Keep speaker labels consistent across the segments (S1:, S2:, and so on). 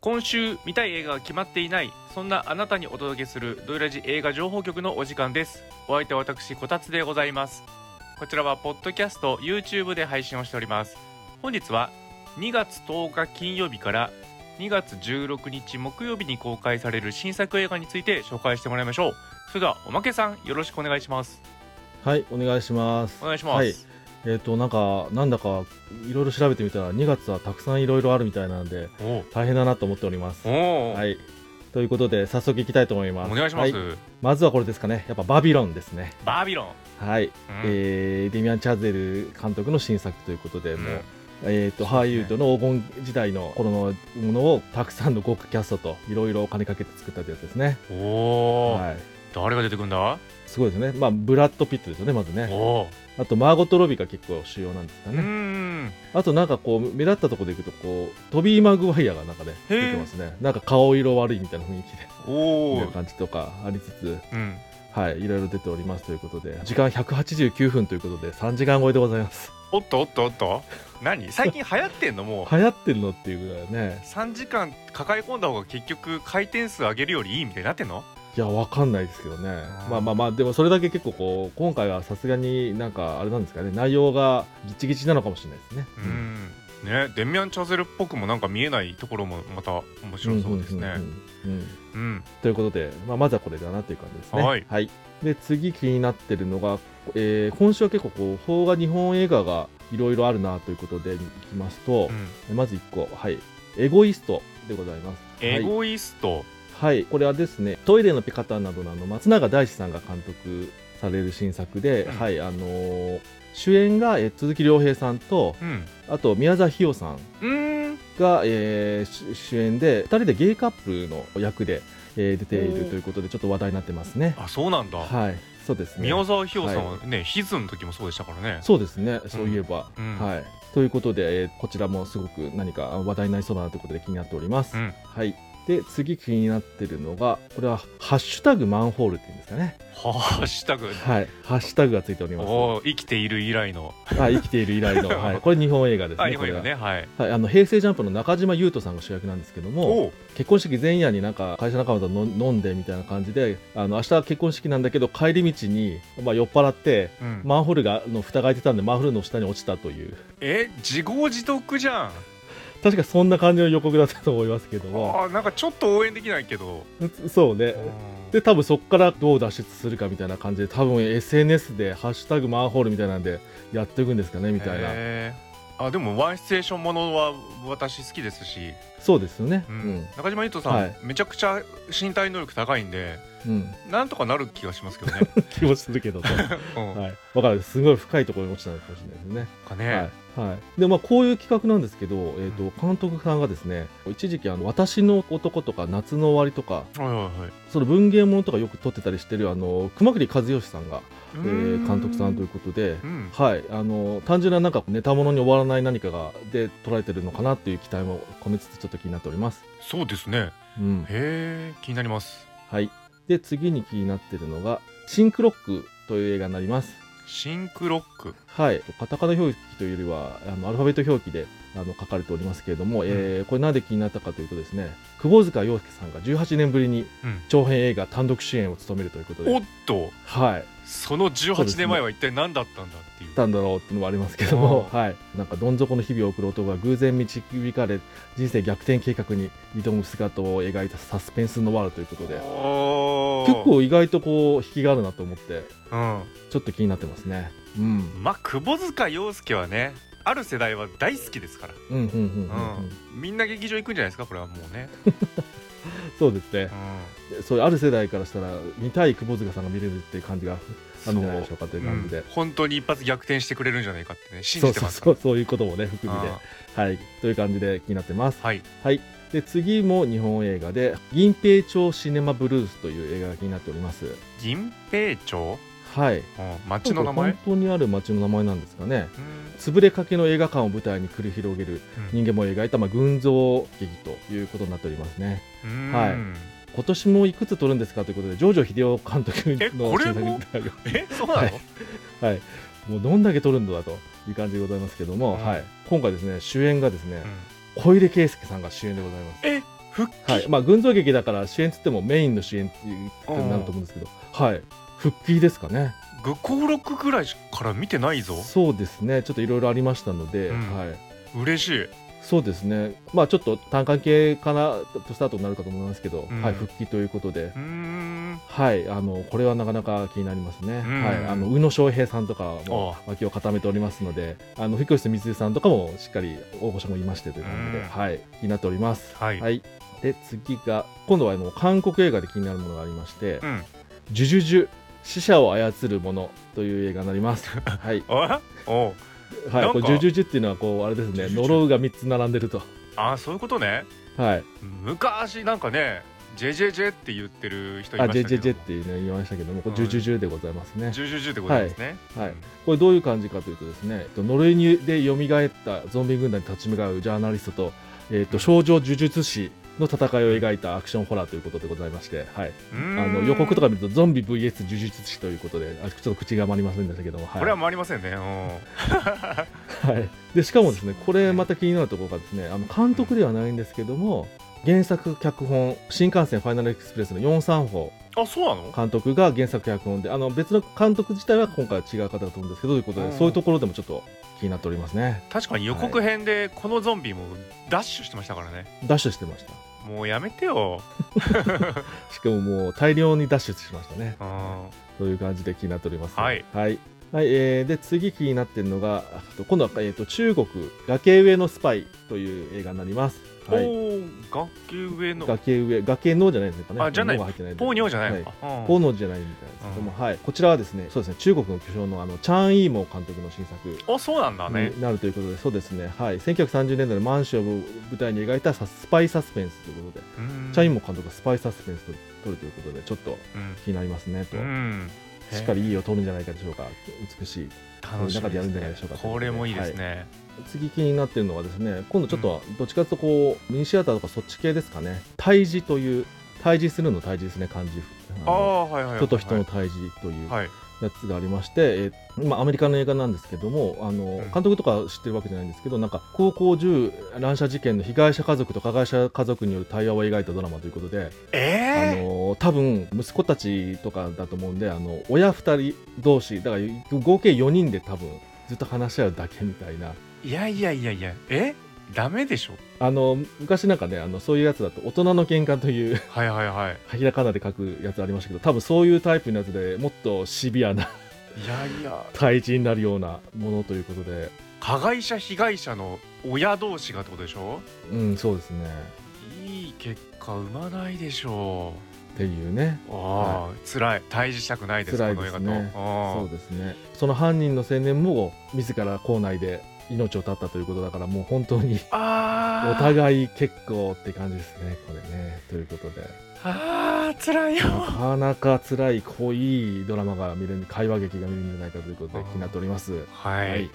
S1: 今週見たい映画が決まっていないそんなあなたにお届けするドイラジ映画情報局のお時間ですお相手は私こたつでございますこちらはポッドキャスト YouTube で配信をしております本日は2月10日金曜日から2月16日木曜日に公開される新作映画について紹介してもらいましょうそれではおまけさんよろしくお願いします
S2: はい、お願いします。
S1: お願いします、
S2: はいえっ、と、なんか、なんだか、いろいろ調べてみたら、2月はたくさんいろいろあるみたいなので、
S1: おう
S2: 大変だなと思っております。
S1: おう、
S2: はい。ということで、早速いきたいと思います。
S1: お願いします、
S2: はまずはこれですかね。やっぱ、バビロンですね。
S1: バービロン、
S2: はい。
S1: うん
S2: えーデミアン・チャゼル監督の新作ということで、もう、えっ、
S1: そうです
S2: と、
S1: ね
S2: ハーリウッドの黄金時代の頃のものを、たくさんの豪華キャストと、いろいろお金かけて作ったってやつですね。
S1: うんおお、
S2: はい。
S1: 誰が出てく るんだ
S2: すごいですね。まあ、ブラッド・ピットですよね、まずね。
S1: お
S2: あと、マーゴット・ロビーが結構主要なんですか
S1: う
S2: ね。
S1: ん
S2: あとなんかこう目立ったところでいくとこうトビー・マグワイアがなんかね
S1: へー
S2: 出てますねなんか顔色悪いみたいな雰囲気でみ
S1: おお
S2: たいな感じとかありつつ
S1: うん
S2: はいいろいろ出ておりますということで時間189分ということで3時間超えでございます
S1: おっとおっとおっと何最近流行ってんのもう
S2: 流行ってるのっていうぐらいね
S1: 3時間抱え込んだ方が結局回転数上げるよりいいみたいになってんの
S2: いやわかんないですけどね
S1: ー
S2: まあまあまあでもそれだけ結構こう今回はさすがになんかあれなんですかね内容がギチギチなのかもしれないですね
S1: う、んねデミアン・チャゼルっぽくもなんか見えないところもまた面白そうですね
S2: うんうんうんうん
S1: うん
S2: ということで、まあ、まずはこれだなという感じですね。
S1: はい
S2: で次気になってるのが、えー今週は結構こう邦画日本映画がいろいろあるなということでいきますと
S1: う、ん
S2: まず1個、はい、エゴイストでございます。
S1: エゴイスト
S2: はい、はいこれはですねトイレのピカタなどのあの松永大志さんが監督される新作で、
S1: うん
S2: はいあのー主演が、えー鈴木亮平さんと
S1: うん
S2: あと宮沢ひよさん
S1: うん
S2: が、えー主主演で2人でゲイカップルの役で、えー出てい
S1: お
S2: る
S1: ー
S2: ということでちょっと話題になってますね。
S1: あそうなんだ、
S2: はい、そうですね。
S1: 宮沢ひよさんはね、ヒズの時もそうでしたからね
S2: そうですね、そういえば。
S1: うん
S2: はい、ということで、えーこちらもすごく何か話題になりそうだなということで気になっております。
S1: うん
S2: はいで次気になってるのがこれは「ハッシュタグマンホール」っていうんですかね
S1: ハッシュタグ
S2: はいハッシュタグがついております
S1: おー生きている以来の
S2: あ生きている以来 の、はい、これ日本映画です
S1: あ
S2: ね
S1: 日本映画
S2: これ
S1: ねはい
S2: ははい、あの平成ジャンプの中島裕翔さんが主役なんですけども
S1: おう
S2: 結婚式前夜になんか会社仲間との飲んでみたいな感じであの明日は結婚式なんだけど帰り道に、まあ、酔っ払って
S1: うん
S2: マンホールがの蓋が開いてたんでマンホールの下に落ちたという
S1: え自業自得じゃん
S2: 確かそんな感じの予告だったと思いますけども
S1: あーなんかちょっと応援できないけど
S2: そうねで多分そこからどう脱出するかみたいな感じで多分 SNS で「ハッシュタグマンホール」みたいなんでやっていくんですかねみたいな
S1: へーあでもワンシチュエーションものは私好きですし、
S2: そうですよね
S1: う
S2: うんん
S1: 中島裕翔さん、
S2: はい
S1: めちゃくちゃ身体能力高いんで
S2: うん
S1: なんとかなる気がしますけど ね、
S2: 気もするけどと は
S1: うんない
S2: 分かるすごい深いところに落ちたのかもしれないですね
S1: んかね、
S2: はいはい、でまあこういう企画なんですけど、えー、と監督さんがですね一時期あの「私の男」とか「夏の終わり」とか
S1: はいはいはい
S2: その文芸ものとかよく撮ってたりしてるあの熊栗和義さんが、
S1: え
S2: えー監督さんということで
S1: う。ん
S2: はい、あの単純ななんかネタものに終わらない何かがで撮られてるのかなっていう期待も込めつつちょっと気になっております。
S1: そうですね
S2: うん、
S1: へえ気になります
S2: はい、で次に気になってるのが「シンクロック」という映画になります。
S1: シンクロック
S2: はい、カタカナ表記というよりはあのアルファベット表記であの書かれておりますけれども、えーこれなんで気になったかというとですね窪塚洋介さんが18年ぶりに
S1: うん
S2: 長編映画単独主演を務めるということで、
S1: おっと
S2: はい、
S1: その
S2: そうです
S1: 18
S2: ね
S1: 年前は一体何だったんだっていう
S2: ったんだろうっていうのもありますけども、
S1: う
S2: はい、なんかどん底の日々を送る男が偶然導かれ人生逆転計画に挑む姿を描いたサスペンスノワールということで
S1: おー
S2: 結構意外とこう引きがあるなと思って
S1: うん
S2: ちょっと気になってますねうん
S1: まあ窪塚洋介はねある世代は大好きですから、
S2: うんうんうんうん、
S1: う
S2: うん
S1: ん、みんな劇場行くんじゃないですかこれはもう ね、
S2: そうですね
S1: う、ん
S2: そういうある世代からしたら見たい窪塚さんが見れるっていう感じがあるんじゃないでしょうかという感じで、
S1: うん本当に一発逆転してくれるんじゃないかってね信
S2: そう
S1: じて
S2: そう
S1: ます
S2: そ
S1: か
S2: うそういうこともね含
S1: ら
S2: みで
S1: あ
S2: はいという感じで気になってます
S1: ーはい
S2: はい。で、次も日本映画で、銀平町シネマブルースという映画が気になっております。
S1: 銀平町、
S2: は
S1: う
S2: い。
S1: ん、町の名前
S2: 本当にある町の名前なんですかね。
S1: うん
S2: 潰れかけの映画館を舞台に繰り広げる人間も描いた、まあ、群像劇ということになっておりますね。
S1: うん
S2: はい今年もいくつ撮るんですかということで、ジョージョ秀夫監督
S1: え
S2: の
S1: これも
S2: 新作
S1: えそうなの、
S2: はいはい。もうどんだけ撮るんだという感じでございますけども、
S1: うん
S2: はい。今回ですね、主演がですね
S1: う、ん
S2: 小出圭介さんが主演でございます。
S1: え復帰、
S2: はいまあ、群像劇だから主演つってもメインの主演っていうことになると思うんですけど、はい、復帰ですかね
S1: 愚行録ぐらいから見てないぞ
S2: そうですねちょっといろいろありましたので、
S1: うん
S2: はい、
S1: 嬉しい
S2: そうですねまあちょっと単関系かなとスタートになるかと思いますけど、
S1: うん
S2: はい、復帰ということで
S1: うー。ん
S2: はい、あのこれはなかなか気になりますね、
S1: うん
S2: はい、あの宇野昌平さんとかも
S1: あ
S2: 脇を固めておりますのであの福吉光さんとかもしっかり応募者もいましてという感じで、
S1: うん
S2: はい、気になっております、
S1: はい、
S2: はい、で次が今度はあの韓国映画で気になるものがありまして
S1: うん
S2: 「ジュジュジュ死者を操る者」という映画になりますはい、
S1: あおう
S2: は
S1: な
S2: い、こ
S1: ん
S2: れ
S1: か
S2: ジュジュジュっていうのはこうあれですね
S1: ジュジュジュ
S2: 呪うが3つ並んでると
S1: あそういうことね
S2: はい
S1: 昔なんかねジェジェジェって言ってる人い
S2: あ
S1: ました
S2: ジ
S1: けど
S2: ェジェジェっていうの言いましたけどもこれジュジュジュでございますね
S1: ジュジュジュでございますね
S2: はいこれどういう感じかというとですねえっと呪いにで蘇ったゾンビ軍団に立ち向かうジャーナリストと,、えっと少女呪術師の戦いを描いたアクションホラーということでございまして、はい、
S1: うん
S2: あの予告とか見るとゾンビ VS 呪術師ということであちょっと口が回りませんでしたけども、はい
S1: これは回りませんねう
S2: はい、でしかもですねこれまた気になるところがですねあの監督ではないんですけども原作脚本新幹線ファイナルエクスプレスの43歩
S1: んあそうなの
S2: 監督が原作脚本であの別の監督自体は今回は違う方だと思うんですけどということ
S1: う
S2: で、
S1: ん
S2: そういうところでもちょっと気になっておりますね
S1: 確かに予告編でこのゾンビもダッシュしてましたからね
S2: ダッシュしてました
S1: もうやめてよ、
S2: しかももう大量にダッシュしましたね
S1: うん、は
S2: という感じで気になっております
S1: はい
S2: はいはいえーで次気になってるのがあと今度は、えー、と中国崖上のスパイという映画になります、
S1: お
S2: はい、
S1: ー崖上の
S2: 崖上崖のじゃないですね
S1: あじゃない
S2: のが入ってないんで
S1: ポーニョじゃないの
S2: は
S1: か、
S2: ポー
S1: うん
S2: ニョじゃないみたいですけども、
S1: う
S2: はい、こちらはですねそうですね中国の巨匠のあのチャン・イーモー監督の新作
S1: あそうなんだね、
S2: になるということで、そうですね、はい、1930年代の満州を舞台に描いたサスパイサスペンスということで、
S1: うん
S2: チャインモ監督がスパイサスペンスと撮るということで、ちょっと
S1: うん
S2: 気になりますねと、
S1: うん
S2: しっかりいいを撮るんじゃないかでしょうか、美しい。
S1: 楽しみ
S2: 中でや
S1: です
S2: るんじゃな
S1: ね
S2: いでしょうか
S1: これもいいですね、
S2: 次気になってるのはですね、今度ちょっとどっちかというとこう、ミニシアターとかそっち系ですかね、対峙という、対峙するの対峙ですね、漢字。
S1: あ
S2: あの
S1: あはいはいはい
S2: 人と人の対峙という
S1: はい
S2: やつがありまして、えーまあ、アメリカの映画なんですけどもあの、
S1: ん
S2: 監督とか知ってるわけじゃないんですけどなんか高校銃乱射事件の被害者家族と加害者家族による対話を描いたドラマということで、あ
S1: え
S2: の多分息子たちとかだと思うんであの親2人同士だから合計4人で多分ずっと話し合うだけみたいな。
S1: ー、いやいやいやいやえダメでしょ
S2: あの昔なんかねあのそういうやつだと大人の喧嘩という
S1: はいはいはい
S2: ひらかなで書くやつありましたけど多分そういうタイプのやつでもっとシビアない
S1: やいや
S2: 対峙になるようなものということで
S1: 加害者被害者の親同士がってことでしょ
S2: うんそうですね
S1: いい結果生まないでしょ
S2: っていうね
S1: うああ、辛い対峙したくないです
S2: 辛い
S1: こ
S2: で
S1: の映
S2: す
S1: 画
S2: ね
S1: と
S2: そう
S1: あ
S2: ですねその犯人の青年も自ら校内で命を絶ったということだからもう本当に
S1: あ
S2: お
S1: ー
S2: 互い結構って感じですねこれねということで
S1: あー辛いよ
S2: なかなか辛い濃いドラマが見れる会話劇が見れるんじゃないかということで気になっております
S1: はい、
S2: はい、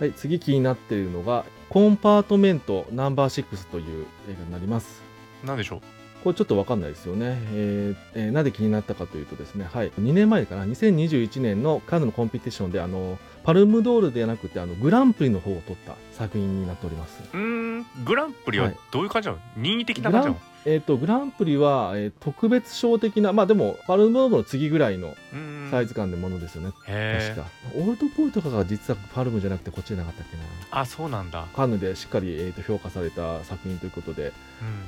S2: はい、次気になっているのがコンパートメントナンバー6という映画になります
S1: なんでしょう
S2: これちょっとわかんないですよね、えーえーなぜ気になったかというとですね、はい、2年前かな2021年のカンヌのコンペティションであのパルムドールではなくてあのグランプリの方を取った作品になっております
S1: うーんグランプリは
S2: はい
S1: どういう感じなの、任意的
S2: グ
S1: な感
S2: ラ
S1: じな
S2: ン
S1: の、
S2: えー、とグランプリは、えー特別賞的なまあでもパルムドールの次ぐらいの
S1: うーん
S2: サイズ感のものですよね、
S1: へ
S2: 確
S1: え
S2: かオールドボーイとかが実はパルムじゃなくてこっちじゃなかったっけな
S1: あそうなんだ、
S2: カンヌでしっかり、えー、と評価された作品ということ
S1: う
S2: で
S1: ん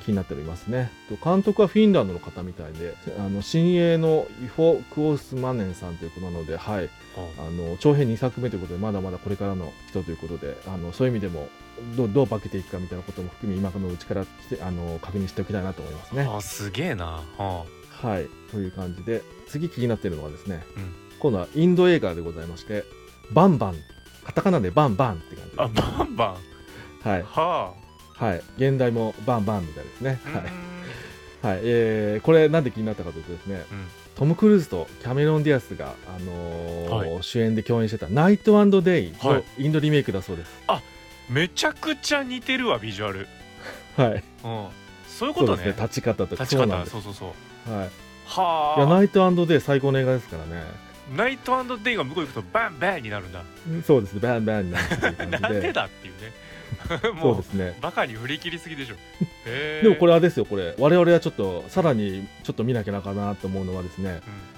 S2: 気になっておりますねと監督はフィンランドの方みたいであの新鋭のイフォ・クオスマネンさんということなので、はい、
S1: あ
S2: あの長編2作目ということでまだまだこれからの人ということであのそういう意味でもどうどう化けていくかみたいなことも含め今のうちからしてあの確認しておきたいなと思いますね。
S1: あすげえな、あ
S2: はい、という感じで次気になっているのがですね、
S1: うん
S2: 今度はインド映画でございまして「バンバン」カタカナで「バンバン」って感じ
S1: あ
S2: で
S1: バンバン
S2: す、はい
S1: は
S2: はい、現代も「バンバン」みたいですね。
S1: あ、
S2: はいう
S1: ーん
S2: はいえーこれなんで気になったかというとですね、
S1: うん
S2: トム・クルーズとキャメロン・ディアスが、あのー
S1: は
S2: 主演で共演してた「ナイトデイ」
S1: は
S2: の
S1: い
S2: インドリメイクだそうです。
S1: めちゃくちゃ似てるわビジュアル、
S2: はい、
S1: うん、そういうこ
S2: そ
S1: とね
S2: うですね立ち方とか
S1: 立ち
S2: そうなん
S1: 方
S2: です
S1: そうそうそう
S2: はい、いや
S1: は
S2: ナイトデイ最高の映画ですからね
S1: あナイトデイが向こう行くとバンバンになるんだ
S2: そうですねバンバンになるっていう感じ
S1: なんで
S2: で
S1: だっていうね
S2: そ
S1: も
S2: う
S1: う
S2: ですね
S1: バカに振り切りすぎ でしょへー
S2: でもこれあれですよこれ我々はちょっとさらにちょっと見なきゃなかなと思うのはですね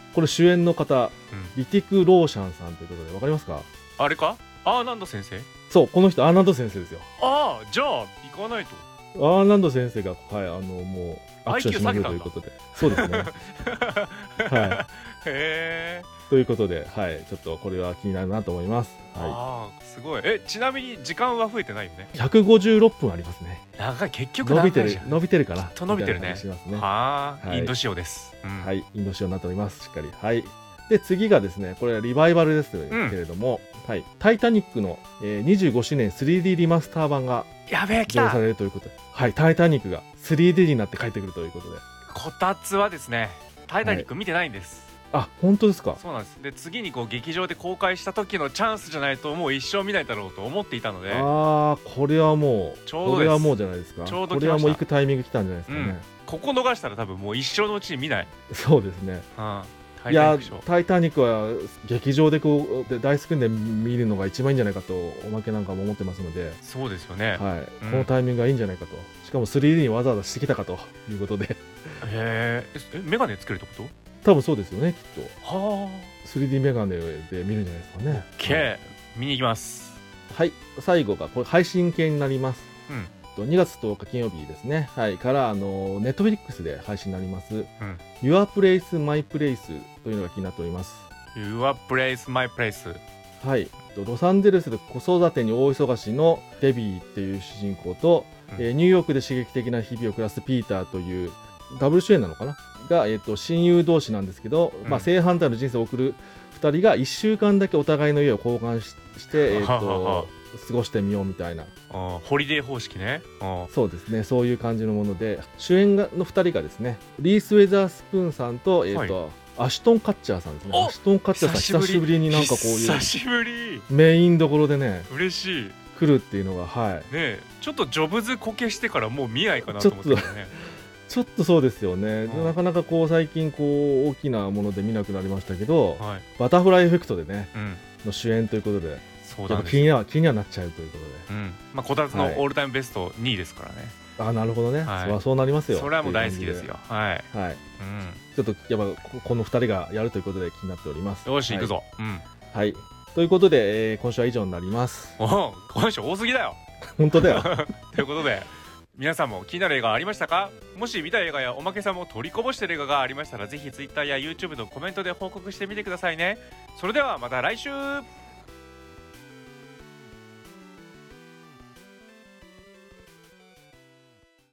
S1: うん
S2: これ主演の方
S1: うん
S2: リティク・ローシャンさんということでわかりますか
S1: あれかアーナンド先生
S2: そうこの人アーナンド先生ですよ
S1: ああじゃあ行かないと
S2: アーナンド先生がはいあのもうアクションしまくる
S1: IQ
S2: ということでそうで すねは
S1: へえ、
S2: ということではいちょっとこれは気になるなと思いますは
S1: ああすごいえちなみに時間は増えてないよね
S2: い156分ありますね
S1: 長い結局
S2: 伸び
S1: 長
S2: て
S1: いじ
S2: る
S1: ゃん
S2: 伸びてるかな
S1: きっと伸びてるね
S2: みたいな感じしますね
S1: はあ、
S2: はい
S1: インド仕様です、うん
S2: はい、インド仕様になっております、しっかり。はい、で次がですね、これはリバイバルですけ
S1: ん
S2: れども、はい、タイタニックの、えー25周年 3D リマスター版が
S1: やべえ来
S2: 上映
S1: た
S2: されるということで、はい、タイタニックが 3D になって帰ってくるということで、
S1: こたつはですね「タイタニック」見てないんです、
S2: あ本当ですか、
S1: そうなんですで次にこう劇場で公開した時のチャンスじゃないともう一生見ないだろうと思っていたので
S2: ああ、これはもう、
S1: ちょうどです
S2: これはもうじゃないですか、
S1: ちょうど来ました
S2: これはもう行くタイミング来たんじゃないですかね、
S1: ここ逃したら多分もう一生のうちに見ない、
S2: そうですね、
S1: うん、タイタ
S2: い
S1: ニッ
S2: や
S1: クショー、
S2: タイタニックは劇場でこうで大スクリーンで見るのが一番いいんじゃないかと、おまけなんかも思ってますので。
S1: そうですよね、
S2: はい
S1: うん
S2: このタイミングがいいんじゃないかとしかも 3D にわざわざしてきたかということで
S1: へええメガネつけるってこと
S2: 多分そうですよねきっと
S1: は
S2: 3D メガネで見るんじゃないですかね
S1: あ OK、見に行きます
S2: はい最後がこれ配信系になります、
S1: うん
S2: と2月10日金曜日ですね、はい、から、あの、ネットフリックスで配信になります、Your Place, My Place というのが気になっております。
S1: Your place, my place
S2: はい。とロサンゼルスで子育てに大忙しのデビーっていう主人公と、
S1: うん
S2: えーニューヨークで刺激的な日々を暮らすピーターというダブル主演なのかなが、えー、と親友同士なんですけど、
S1: うん
S2: まあ、正反対の人生を送る2人が1週間だけお互いの家を交換しして、えー
S1: ははは
S2: と過ごしてみようみたいな
S1: あーホリデー方式ねあー
S2: そうですねそういう感じのもので主演がの2人がですねリース・ウェザースプーンさんと,、えーとアシュトン・カッチャーさんですね
S1: お
S2: アシュトン・カッチャーさん久しぶりになんかこういう
S1: 久しぶり
S2: メインどころでね
S1: 嬉しいね
S2: 来るっていうのがはい
S1: えちょっとジョブズこけしてからもう見ないかなと思ってたよね
S2: ちょっとそうですよね、
S1: うん
S2: なかなかこう最近こう大きなもので見なくなりましたけど、
S1: はい、
S2: バタフライエフェクトでね
S1: うん、
S2: の主演ということで
S1: そう
S2: やっ
S1: なん
S2: ぱ
S1: で
S2: 気
S1: す
S2: には気にはなっちゃうということで
S1: うんまあ、こたつの
S2: はい
S1: オールタイムベスト2位ですからね、
S2: あなるほどね、
S1: はい
S2: そりゃそうなりますよ
S1: それはもう大好きですよはい、
S2: という感じではい
S1: うん、
S2: ちょっとやっぱここの2人がやるということで気になっております
S1: よし行くぞ、うん
S2: はい、はいということで、えー今週は以上になります
S1: おうこの人多すぎだよ
S2: 本当だよ
S1: ということで 皆さんも気になる映画ありましたかもし見た映画やおまけさんも取りこぼしてる映画がありましたらぜひ Twitter や YouTube のコメントで報告してみてくださいねそれではまた来週